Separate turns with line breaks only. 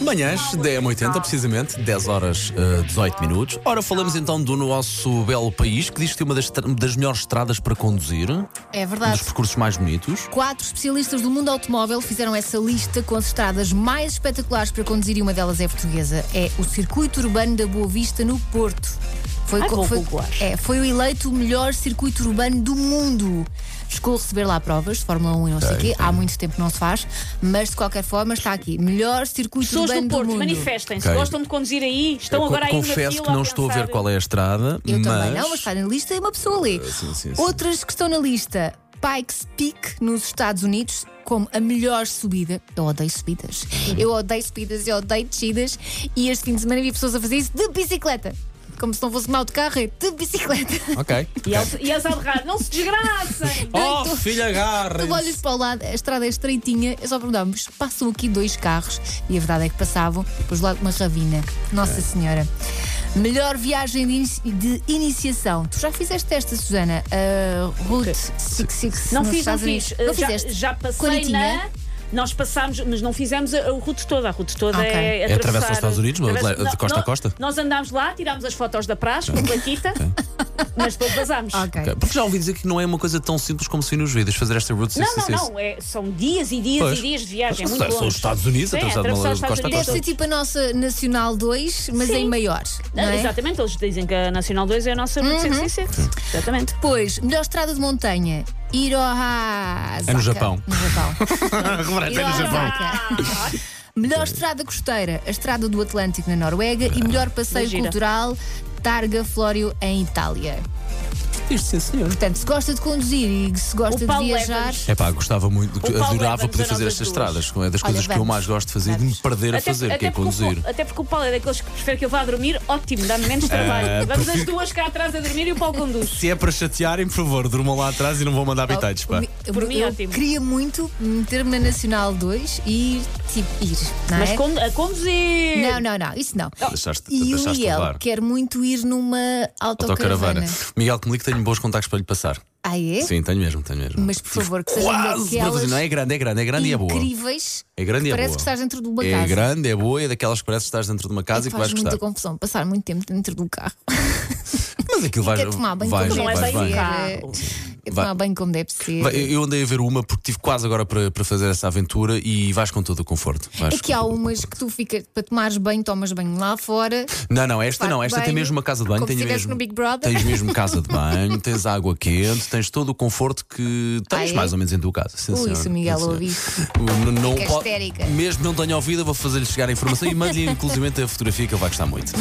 Manhãs, DM80, precisamente, 10 horas eh, 18 minutos. Ora, falamos então do nosso belo país, que diz que tem uma das, tra- das melhores estradas para conduzir, um dos
É
Ah,
verdade.
percursos mais bonitos.
Quatro especialistas do mundo automóvel fizeram essa lista com as estradas mais espetaculares para conduzir e uma delas é portuguesa. É o Circuito Urbano da Boa Vista, no Porto. Foi,
Ai,
co-
vou
foi,
googlar.
é, foi o eleito o melhor circuito urbano do mundo. Chegou a receber lá provas de Fórmula 1 e não sei o quê. Há muito tempo não se faz, mas de qualquer forma está aqui. Melhor circuito
Pessoas
urbano
do Porto,
mundo.
manifestem-se.
Ok.
Gostam de conduzir aí, estão
Eu
Então agora
co-
aí na
confesso
fila
que não estou a ver qual é a estrada,
Eu
mas. Eh,
também não, mas está na lista e uma pessoa lê.
sim, sim, sim.
Outras que estão na lista: Pikes Peak, nos Estados Unidos, como a melhor subida. Eu odeio subidas.
Uhum.
Eu odeio subidas, eu odeio descidas. E este fim de semana vi pessoas a fazer isso de bicicleta. Como se não fosse mal de carro, é de bicicleta.
Ok.
E eles, e eles a berrar, não se desgracem!
Oh,
tu-
filha, agarra!
Tu olhas para o lado, a estrada é estreitinha, é só perguntarmos, passam aqui dois carros e a verdade é que passavam, depois logo uma ravina. Nossa Senhora. Melhor viagem de, inici- de iniciação. Tu já fizeste esta, Susana? A Route 66
Não
nos
fiz, não
Estados
fiz.
Unidos.
Uh,
Não
já,
fizeste?
já passei
Quarentinha?
na. Nós passámos, mas não fizemos a, a route toda. A route toda
Ok.
é,
É atravessar os Estados Unidos, mas
atravessa-
de costa a
nó-
costa?
Nós andámos lá, tirámos as fotos da praxe com a plaquita, mas depois vazámos.
Ok.
Ok, Porque já ouvi dizer que não é uma coisa tão simples como se vê nos vídeos fazer esta Route
Não, não,
66.
não. é- são dias e dias
Pois.
e dias de viagem. é
Mas
muito
são
longe.
os Estados Unidos,
Sim,
atravessar de uma-
atravessar os
de costa a
Estados
Deve ser
Unidos.
tipo a nossa Nacional 2, mas
Sim.
em maior. Não
Ah,
é? Uhum.
Exatamente, eles dizem que a Nacional 2 é a nossa Route 66. Exatamente.
Depois, melhor estrada de montanha. Hirohazaka.
É no Japão.
No Japão. Hirohazaka.
Ah,
Melhor estrada costeira, a estrada do Atlântico na Noruega e melhor passeio
Gira.
cultural, Targa Florio em Itália.
Isto, sim, senhor.
Portanto, se gosta de conduzir e se gosta
O
de
Paulo
viajar,
leva-nos.
É pá, gostava muito,
Paulo
adorava
leva-nos
poder
a
fazer
nós
estas
as
estradas, é das
Olha,
coisas que eu
vamos.
mais gosto de fazer e de me
Vamos.
perder a fazer, que é
porque o
conduzir.
Paulo- até porque o Paulo é daqueles que prefere que eu vá dormir, ótimo, dá-me menos trabalho.
Ah,
Vamos as duas cá atrás a dormir e o Paulo conduz.
Se é para chatearem, por favor, durmam lá atrás e não vão
Oh,
mandar bitaites, pá.
eu,
Por mim,
eu
ótimo.
queria muito meter-me na Nacional 2 e ir, tipo, ir. Não,
Mas
é?
con- a conduzir!
não, não, não, isso não.
Deixaste,
Oh, E o
deixaste levar.
Miguel quer muito ir numa autocaravana.
Autocaravana. Miguel, é que me liga, tenho bons contactos para lhe passar.
Ah, é?
Sim, tenho mesmo, tenho mesmo.
Mas, por favor, que sejam
Quase para
daquelas
fazer. Não é grande, é grande, é grande e é boa.
Incríveis.
É grande e é
Parece
boa.
que estás dentro de uma
É
casa. É
grande, é boa e é daquelas que parece que estás dentro de uma casa e que
faz
vais
muita
gostar.
confusão passar muito tempo dentro do carro.
Mas aquilo vais.
Quer tomar banho
vais,
como
Não é
deve
vais,
bem
vais.
um
ser.
carro.
Quer
Vai.
tomar banho como deve ser.
Vai, Eu andei a ver uma porque tive quase agora para, para fazer essa aventura e vais com todo o conforto. Vais
É
com
que há
todo o
umas que tu ficas para tomares banho, tomas banho lá fora.
Não, não, esta
Parte
não, esta tem
banho,
mesmo uma casa de banho.
como
tem
se estivesse
mesmo,
no Big Brother.
Tens mesmo casa de banho, tens água quente, tens todo o conforto que tens
Ah, é?
mais ou menos em tua casa. Sim,
Ui,
senhora,
se o Miguel
sim, senhora.
ouvir.
O- n- Não
Fica
pode,
histérica.
mesmo não tenho ouvido, eu vou fazer-lhe chegar a informação e mando-lhe inclusive a fotografia que ele vai gostar muito.